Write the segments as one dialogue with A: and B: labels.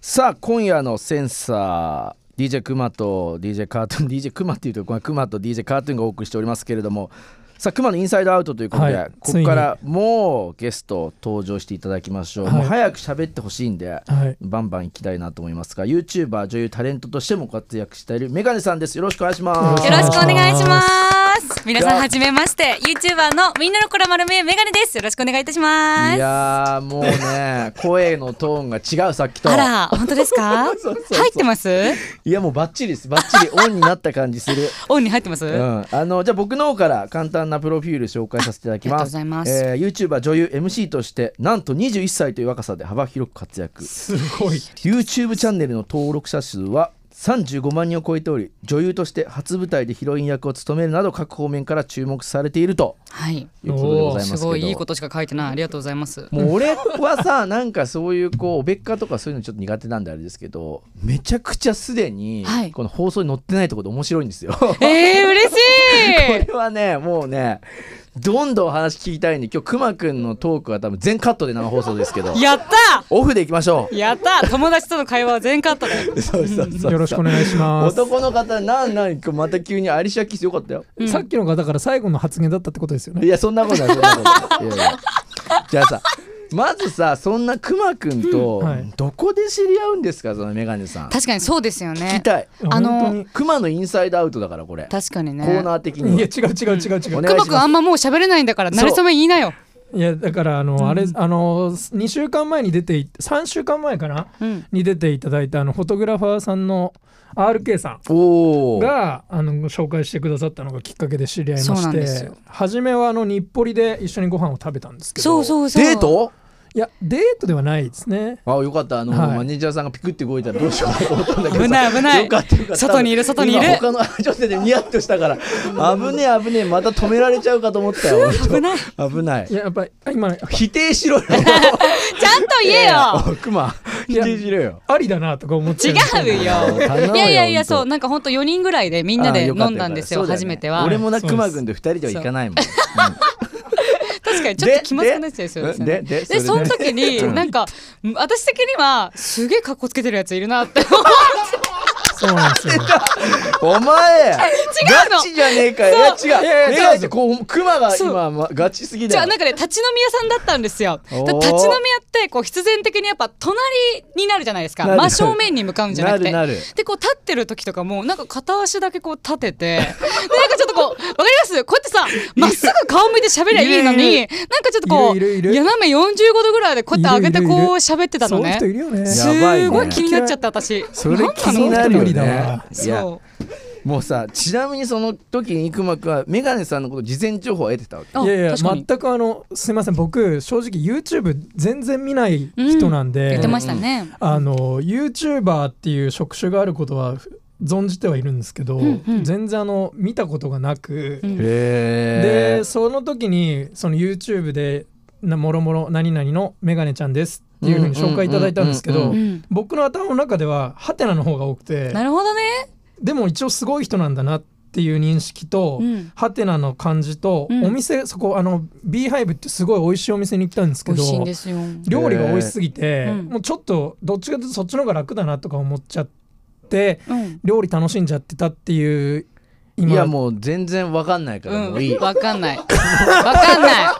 A: さあ今夜のセンサー DJ クマと DJ カートゥーン DJ クマっていうとこのクマと DJ カートゥーンがお送りしておりますけれどもさあクマのインサイドアウトということで、
B: はい
A: ここからもうゲスト登場していただきましょう、
B: はい
A: もう早く喋ってほしいんで、
B: はい
A: バンバン行きたいなと思いますが YouTuber 女優タレントとしても活躍しているメガネさんですよろしくお願いしま
B: よ
A: す
C: よろしくお願いします。皆さんはじめまして、YouTuber のみんなのこらまるめメガネです。よろしくお願いいたします。
A: いやーもうね声のトーンが違うさっきと
C: あら、本当ですか
A: そうそうそう
C: 入ってます
A: いやもうバッチリですバッチリオンになった感じする
C: オンに入ってます、
A: うん、あのじゃあ僕の方から簡単なプロフィール紹介させていただきます。
C: あありがとうございます
A: えー、YouTuber 女優 MC としてなんと21歳という若さで幅広く活躍。
B: すごい
A: YouTube チャンネルの登録者数は35万人を超えており女優として初舞台でヒロイン役を務めるなど各方面から注目されていると
C: は
A: い
C: い。
A: うことでございます
C: す
A: けど
C: ごいいいことしか書いてない。ありがとうございます。
A: もう俺はさなんかそういうこうおべっかとかそういうのちょっと苦手なんであれですけどめちゃくちゃすでに
C: はい
A: この放送に載ってないところで面白いん ですよ。
C: えー、嬉し
A: こ
C: い
A: れはねもうねどんどん話聞きたいんで今日くまくんのトークは多分全カットで生放送ですけど
C: やった
A: オフでいきましょ
C: やった友達との会話は全カット だよ。
A: うそうそうそう
B: よろしくお願いします
A: 男の方なんなんまた急にアリシャキスよかったよ
C: うん
B: さっきのがだから最後の発言だったってことですよ
A: い
B: ね
A: やそんなことないそんなことないいやいやじゃあさまずさそんなくまくんと
B: うんはい
A: どこで知り合うんですかそのメガネさん
C: 確かにそうですよ
A: 聞き
C: ね。
A: たい
C: あの
B: 本
A: くまのインサイドアウトだからこれコ
C: 確かに
A: ー
C: ね。
A: ナー的
B: 当にい
A: に
B: や
A: は
B: 違う違う違う違う
A: お
C: く
A: 願い
C: ま
A: し
C: くんあ
A: ま
C: んまもう喋れないんだから、なれそめ言いなよ。
B: いやだからあの、あれあの2週間前に出てい3週間前かな
C: うん。
B: に出ていただいたあのフォトグラファーさんの RK さん
A: すおお
B: があの紹介してくださったのがきっかけで知り合いま
C: そうな
B: し
C: んです
B: て
C: よ
B: 初めはあの日暮里で一緒にご飯を食べたんですけど
C: そうそうそう。
A: デート
B: いやデートではないですね
A: あよかったあの、
B: はい
A: マネージャーさんがピクって動いたらどうしようかと思ったんだけど
C: 危ない危ない
A: よかったよかった
C: 外にいる外にいる
A: 今他の女性でニヤッとしたから危ねえ危ねえまた止められちゃうかと思ったよ
C: 危ない。
A: 危ない
B: いややっぱりあ今
A: 否定しろ よ
C: ちゃんと言えよ
A: おクマ否定しろよ
B: ありだなとか思っちゃいました
C: 違うよ
A: 頼むよ
C: いやいやいや、
A: 本当
C: そう、なんか本当4人ぐらいでみんな
A: あ
C: で
A: よかっ
C: 飲
A: た
C: んだんです
A: そ
C: よ、
A: うだね
C: 初めては。
A: 俺もな
B: そう
A: ク
B: です
A: マ君で二人では行かないもん
C: 確かにちょっと気まずくなっちゃいそうですよね。
A: ででで
C: で、
A: そ
C: そ
A: れ
C: の
A: で
C: 時 に、
A: うん
C: なんか、私的には、すげえ格好つけてるやついるなって 思う。
B: そうなん ですよ
A: お前
C: の
A: ガチじゃねえかよいや違う
B: いやいや
A: メガネってこうクマが今まガチすぎ
C: じ
A: だ
C: ゃあ、
A: よ
C: なんかね、立ち飲み屋さんだったんですよ。
A: お
C: だ
A: ー
C: 立ち飲み屋って、こう、必然的にやっぱ、隣になるじゃないですか。
A: なるなる
C: 真正面に向かうんじゃなくて。
A: なるなる
C: で、こう、立ってる時とかも、なんか片足だけこう、立て て、でなんかちょっとこう、わかりますこうやってさ、まっすぐ顔向いて喋りゃいいの
B: いるい
C: に、なんかちょっとこう、
B: いるいるいる
C: 斜め45度ぐらいでこうやって上げて
B: いるいるいる
C: こう、喋ってたの
B: そういう
C: ね
B: 人。いるよね
A: や
C: す
A: ば
C: ご
A: いね
C: い気になっちゃった私。
A: それ気になる
B: 無
A: よ
B: 理だ
A: ね
B: わ
A: いや
C: そ
A: もうさちなみにその時にくまくんはメガネさんのこと事前情報を得てたわけ
C: う。
B: いやいや
C: 確かに
B: 全くあのすいません僕正直 YouTube 全然見ない人なんで、
C: 言ってましたね。
B: あの YouTuber っていう職種があることは存じてはいるんですけど、
C: んうん
B: 全然あの見たことがなく、
C: うん
A: へ
B: でその時にその YouTube でなもろもろ何々のメガネちゃんですっていうふうに紹介いただいたんですけ
A: うんうん
B: ど
A: うん
C: うん
B: 僕の頭の中ではハテナの方が多くて
C: なるほどね。
B: でも一応すごい人なんだなっていう認識と、
C: うん
B: ハテナの感じと、
C: うん
B: お店そこあのビーハイブってすごい美味しいお店に来たんですけ
C: 美
B: ど
C: 味しいんですよ。
B: 料理が美味しすぎて、
C: うん
B: もうちょっとどっちかというとそっちの方が楽だなとか思っちゃって
C: うん。
B: 料理楽しんじゃってたっていう今
A: いやもう全然わかんないからもういい、
C: わかんない。わかんない。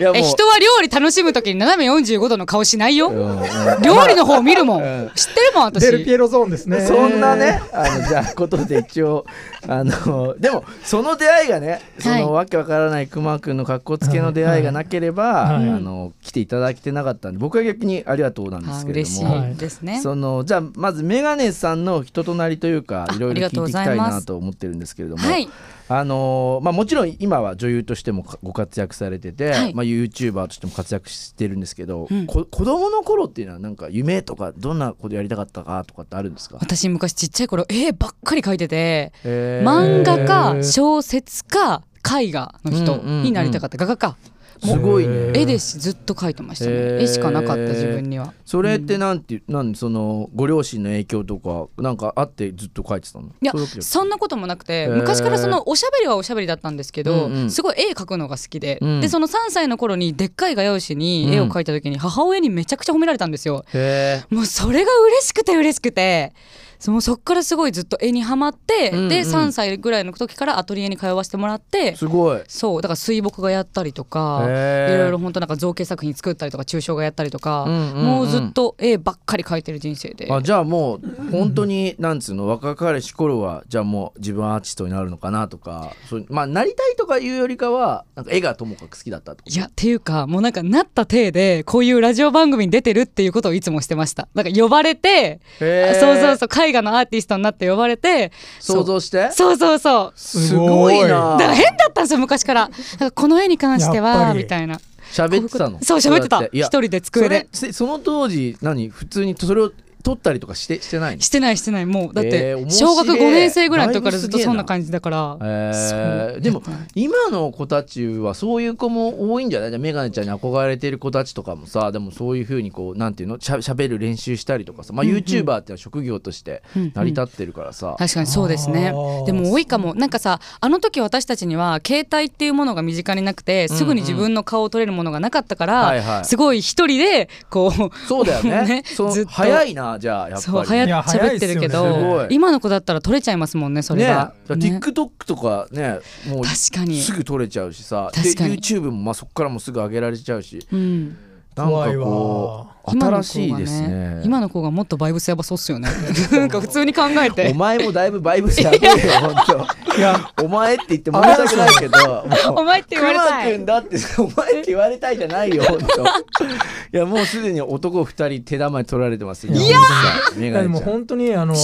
A: いやもう
C: え、人は料理楽しむときに斜め45度の顔しないよ。
A: うんうん
C: 料理の方見るも
A: うん
C: ん。知ってるもん、
B: デルピ
C: 私。
B: エロゾーンですね
A: そんなね、あのじゃあことで一応あのでもその出会いがね、そのわけわからないくまくんの格好つけの出会いがなければ、
B: はいはい
A: あの来ていただけてなかったんで僕は逆にありがとうなんで
C: あ
A: すけれ
C: 嬉
A: ど
C: し
A: も、
B: はい
C: ですね。
A: そのじゃあまずメガネさんの人となりというか
C: あ
A: いろい
C: あり
A: ろ
C: が
A: 聞いうて
C: とご
A: いきた
C: ざ
A: い
C: います
A: なと思ってるんですけれども、
C: はい。
A: あのーまあ、もちろん今は女優としてもかご活躍されてて、
C: はい
A: まあ、YouTuber としても活躍してるんですけど、
C: うん
A: こ子供の頃っていうのはなんか夢とかどんなことやりたかったかとかってあるんですか、
C: 私昔ちっちゃい頃、絵ばっかり描いてて、
A: えー
C: 漫画か小説か絵画の人になりたかった。画家か。
A: すごいね
C: 絵でしずっと描いてました
A: へー
C: ね絵しかなかった自分には
A: それってなんて、なんそのご両親の影響とかなんかあってずっと書いてたの
C: いや
A: ううわけじ
C: そんなこともなくて
A: ー
C: 昔からそのおしゃべりはおしゃべりだったんですけど、
A: うんうん
C: すごい絵描くのが好きで、
A: うん
C: でその3歳の頃にでっかい画用紙に絵を描いた時に母親にめちゃくちゃ褒められたんです
A: ゃ
C: よ。
A: へ
C: もうそれが嬉しくて嬉しくてそもうそっからすごいずっと絵にはまって、
A: うんうん
C: で3歳ぐらいの時からアトリエに通わせてもらって
A: えすごい
C: そうだから水墨画やったりとか
A: へー
C: いろいろ本当なんか造形作品作ったりとか抽象画やったりとか、
A: うんうんうん
C: もうずっと絵ばっかり描いてる人生で
A: あじゃあもう本当になんつうの若かりし頃はじゃあもう自分はアーティストになるのかなとかそうまあなりたいとかいうよりかはなんか絵がともかく好きだったと
C: いやっていうかもうなんかなった体でこういうラジオ番組に出てるっていうことをいつもしてましたなんか呼ばれて、
A: へー
C: そうそうそう絵画のアーティストになって呼ばれて
A: 想像して
C: そうそうそう
A: すごいな
C: だから変だったんですよ昔からなんかこの絵に関して
B: やっぱ
C: は
B: り
C: みたいな
A: 喋ってたの
C: そう喋ってた
A: だいや
C: 一人で机で
A: それその当時何普通にそれを撮ったりとかしてしてないの
C: してないしてないもうだっ
A: えー
C: て
A: 面白い
C: 小学5年生ぐらいの時からずっとそんな感じだから、
A: え
C: そ
A: ー
C: う
A: でも今の子たちはそういう子も多いんじゃないじゃあメガネちゃんに憧れてる子たちとかもさでもそういうふうにこうなんていうのしゃしゃべる練習したりとかさ、まあ、YouTuber っていうのは職業として
C: うんうん
A: 成り立ってるからさ、
C: 確かにそうですね
B: あー
C: でも多いかもなんかさあの時私たちには携帯っていうものが身近になくてすぐに自分の顔を撮れるものがなかったから、
A: はいはい
C: すごい一人でこう
A: そうだよね
C: ね
A: そう
C: ずっと
A: 早いなじゃあやっ
C: そう
A: ぱり
C: はや
B: いや
C: 喋ってる
A: 早い
C: け
A: っすよねす
C: ど、
A: ごい
C: 今の子だったら撮れちゃいますもんねそ
A: ね
C: れが、
A: だから
C: ね
A: TikTok とかねもう
C: 確かに
A: すぐ撮れちゃうしさで
C: 確かに
A: YouTube もまあそこからもすぐ上げられちゃうし
C: うん
A: なん
B: 怖
A: か
B: い
A: こ
B: わ
A: う新しいですね
C: 今の子がもっとバイブスやばそうっすよね なんか普通に考え
A: お
C: て
A: 前もだいぶバイブスやべえよ本
B: いや
A: 当お前って言って申し訳ないけどもう
C: お前って言われ
A: 熊
C: た
A: く
C: い
A: んだってお前って言われたいじゃないよ本当いやもうすでに男二人手玉に取られてますい
B: いや
A: メ
B: いや
A: ガネ
B: でも
A: ちゃん
B: 本当にあの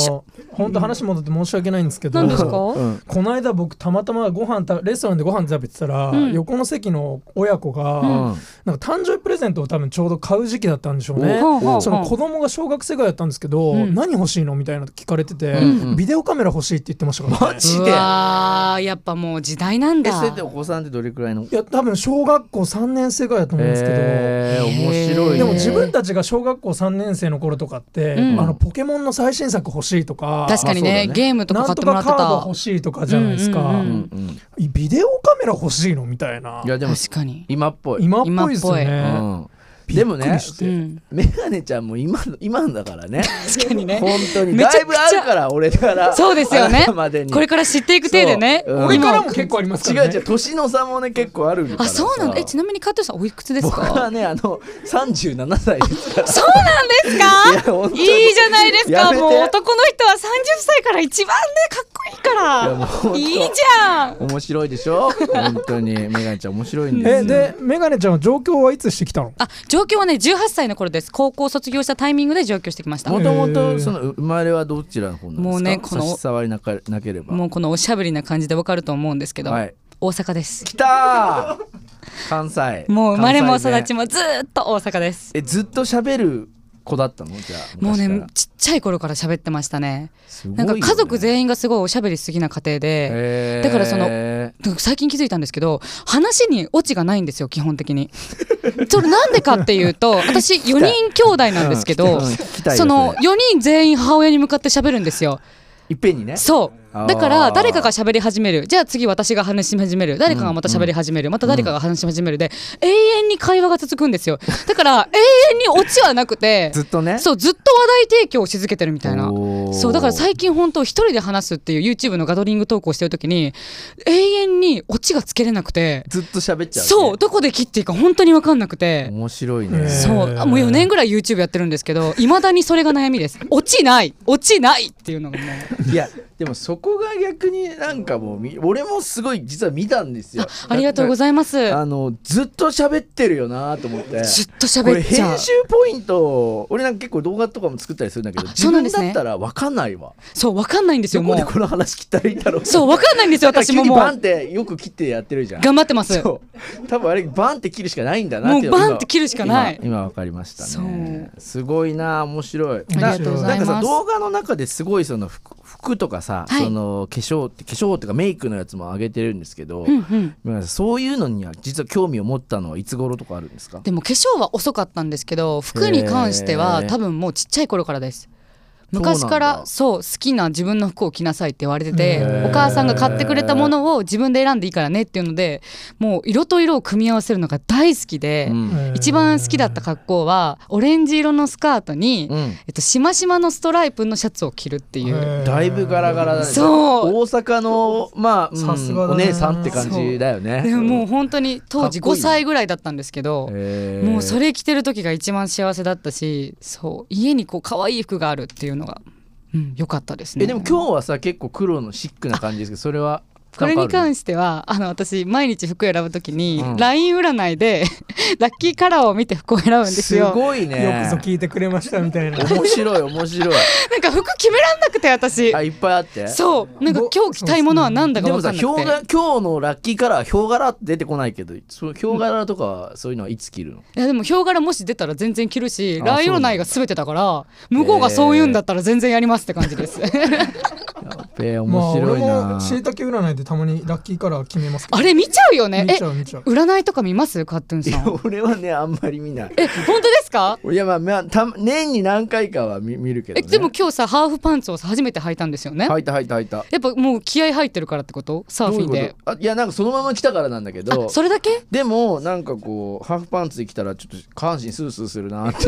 B: 本当話戻って申し訳ないんですけど
C: 何ですか
A: うん
B: この間僕たまたまご飯たレストランでご飯食べてたら、
C: うん
B: 横の席の親子が、
A: うん
B: なんか誕生日プレゼントを多分ちょうど買う時期だったんでしょうね
C: ほうほうほ。う
B: その子供が小学生ぐらいだったんですけど、
C: うん
B: 何欲しいのみたいなの聞かれてて、
A: うんうん
B: ビデオカメラ欲しいって言ってましたから、ね。
A: マジ
C: う
A: で
C: わーやっぱもう時代なん
A: え
C: だ
A: それってお子さんってどれくらいの
B: いや多分小学校3年生ぐらいだと思うんですけど、
A: えー面白いね
B: でも自分たちが小学校3年生の頃とかって、
C: うん
B: あのポケモンの最新作欲しいとか
C: 確かにね,、
A: まあそうだね
C: ゲームとか
B: な
C: 買
B: ん
C: っ
B: と
C: てもら
B: か
C: って
B: カード
C: た
B: 欲しいとかじゃないですか、
C: うんうん
A: うんうん
B: ビデオカメラ欲しいのみたいない
A: やでも
C: 確かに、
A: 今っぽい
B: 今っぽいですよね、
A: うんでも
B: びっく
A: ね
B: りし
C: う
B: て
C: ん、
A: メガネちゃんも今の今だからね
C: 確かにね
A: 本当に
C: めちゃく
A: だ
C: ちゃ
A: いぶあるから俺から
C: そうですよ
A: あな
C: ね
A: たまでに
C: これから知っていく体でね、
A: そううん
B: これからも結構ありますから
A: 違う
B: ね
A: 違う年の差もね結構あるから
C: あ
A: さ
C: そうなんだえちなみに加藤さんおいくつです
A: 僕は
C: か
A: ねあの37歳ですから
C: そうなんです
A: いや本
C: か
A: 当に
C: いいじゃないです
A: や
C: か
A: めて
C: もう男の人は30歳から一番ねかっこいい
A: いや
C: か
A: もう
C: らいいじゃん
A: 面白いでしょ本当にメガネちゃん面白いんですよ
B: えでメガネちゃんは上京はいつしてきたの
C: あ上京はね18歳の頃です高校卒業したタイミングで上京してきました
A: も
B: 元
A: ともと
B: えー
A: その生まれはどちらの方なんですか
C: もうねこの
A: 差し障りなかなければ
C: もうこのおしゃべりな感じでわかると思うんですけど、
A: はい
C: 大阪です
A: きたー関西
C: もう生まれも育
A: 関西
C: ち
A: ね
C: もずーっと大阪です
A: えずっと喋る子だったのじゃあ
C: も
A: 昔
C: う
A: から
C: ねちっちゃい頃から喋ってましたね
A: すごい
C: な
A: よ
C: ん
A: ね
C: か家族全員がすごいおしゃべり好きな家庭で、
A: へー
C: だからその最近気づいたんですけど話にオチがないんですよ基 本的にそれなんでかっていうと私4人兄弟なんですけ
A: う
C: ど
A: ん聞きたいよ
C: その
A: そ
C: 4人全員母親に向かって喋るんですよ
A: いっぺんにね
C: そうだか
A: あ
C: ら
A: ー
C: 誰かが喋り始めるじゃあ次私が話し始める誰かがまた喋り始める、また誰かが話し始めるで、永遠に会話が続くんですよだ から永遠にオチはなくて
A: ずっとね
C: そうずっと話題提供をし続けてるみたいな
A: おー
C: そうだから最近本当一人で話すっていう YouTube のガドリング投稿してる時に永遠にオチがつけれなくて
A: ずっと喋っちゃうね
C: そうどこで切っていいか本当に分かんなくて。
A: 面白い
B: うん
A: ね
C: そうあもう4年ぐらい YouTube やってるんですけどいまだにそれが悩みです落ちない落ちないっていうのがもう
A: いやでもそこが逆になんかもうみ俺もすごい実は見たんですよ
C: ありがとうご
A: い
C: ざいますずっ
A: あのずっと喋ってるよなと思ってこ
C: と
A: れ
C: 喋っちゃ
A: 編
C: う
A: 集ポイント俺なんか結構動画とかも作ったりするんだけど
C: あ
A: 自
C: そうなん
A: 分
C: ですね
A: だったら分かんないわ
C: そう分かんないんです
A: ど
C: よも
A: こで
C: う
A: この話切ったらいいんだろう
C: そう分かんないんですよ私も
A: 急に
C: も
A: バンっ
C: う
A: てよく切ってやってるじゃん
C: 頑張ってます
A: そう多分あれバンって切るしかないんだなって
C: もうバンって切るしかない
A: 今今分かりました
C: そ
A: ね
C: う
A: すごいな面白い
B: りがとうございます
A: なんかさ動画の中ですごいそのふ服とかさ、
C: はい
A: その化粧って化粧っていうかメイクのやつも上げてるんですけど、
C: うんうん
A: 皆さんそういうのには実は興味を持ったのはいつ頃とかあるんですか
C: でも化粧は遅かったんですけど服に関しては
A: へー
C: 多分もうちっちゃい頃からです
A: そうなんだ
C: 昔からそう好きな自分の服を着なさいって言われて
B: へ
C: て
B: ー
C: お母さんが買ってくれたものを自分で選んでいいからねっていうのでもう色と色を組み合わせるのが大好きで、
A: うん
C: 一番好きだった格好はオレンジ色のスカートに、
A: うん
C: えっと、しましまのストライプのシャツを着るっていう、
A: だいぶガラガラだね
C: そう
A: 大阪のまあ、うん
B: さすがだ
A: お
B: ね
A: 姉さんって感じだよね
C: でももう本当に当時
A: かっこ
C: 5
A: いい
C: 歳ぐらいだったんですけど、もうそ
A: れ
C: れ着てる時が一番幸せだったしそう家にこう可愛い服があるっていうのがうん、良かったですね
A: えでも今日はさ結構黒のシックな感じですけどそれは
C: これに関
A: して
C: してはあの私毎日服選ぶ時に
A: うん
C: LINE 占いで ラッキーカラーを見て服を選ぶんです
A: す
C: よ
A: ごいね
B: よくぞ聞いてくれましたみたいな。
A: 面白い面白い
C: なんか服決めらんなくて私
A: あいっぱいあって
C: そうなんか今日着たいものは何だか
A: でも
C: 分か
A: さ
C: んな
A: ヒ
C: く
A: ョウ
C: て
A: 柄今日のラッキーカラーヒョウ柄って出てこないけどそうヒョウ柄とかはそういうのはいつ着るの
C: いやでもヒョウ柄もし出たら全然着るし
A: あ
C: LINE 占いが全てだから向こうがそう言うんだったら全然やりますって感じです
A: やっべえ
B: まあ
A: 面白
B: 俺
A: いな
B: もしいたけ占いでたまにラッキーカラー決めますけど。
C: あれ見ちゃうよね
B: 見
C: え
B: ちゃう見ちゃう。
C: 占いとか見ますカットゥン
A: い
C: さ
A: や
C: ん
A: 俺はねあんまり見ない
C: え本当ですか
A: いやまあまあた年に何回かは見見るけど
C: え
A: ね
C: でも今日さハーフパンツをさ初めて履いたんですよね、
A: 履いた履いた履いた
C: やっぱもう気合入ってるからってことサーフィン
A: どういう
C: で
A: ことあいやなんかそのまま来たからなんだけど
C: あそれだけ
A: でもなんかこうハーフパンツで来たらちょっと下半身スースーするなって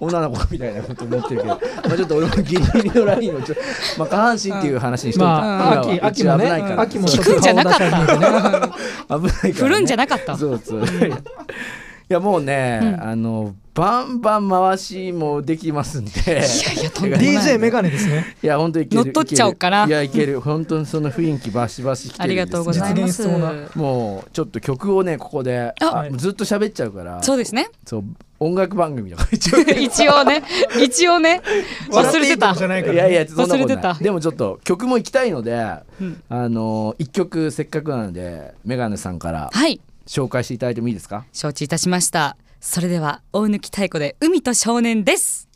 A: 女の子みたいなこと思ってるけど、まあ、ちょっと俺もギリギリのラインをちょっと、まあ、下半身っていう話にしといた、
B: まあ
A: 今は
B: 秋秋
A: うち
B: も
A: は危
B: ね
A: ないから
B: 秋も
C: 聞くんじゃなかった
B: た。
A: 危ないから、ね、
C: 振るんじゃなかった
A: そうそういやもうね、
C: うん
A: あのバンバン回しもできますんで
C: いやいやとんでもない
B: DJ メガネですね。
A: いや本当にいける
C: 乗っ取っちゃおうかな
A: け
C: い
A: るいやいける本当にその雰囲気バシバシ来てる
C: ありがとうござい
A: すね
C: ます
B: 実現しそうな
A: もうちょっと曲をねここで
C: あ
A: あずっと喋っちゃうから
C: そうですね
A: そう音楽番組とか言っちゃう
C: 一応ね一応ね忘れて
B: 笑っていい
C: た
B: んじゃ ないから
A: いやいやそんなこ
C: 忘
A: と
C: れて
A: な
C: た
A: いでもちょっと曲も行きたいので、
C: うん
A: あの一曲せっかくなのでメガネさんから
C: はい
A: 紹介していただいてもいいですか
C: 承知いたしましたそれでは大貫太鼓で海と少年です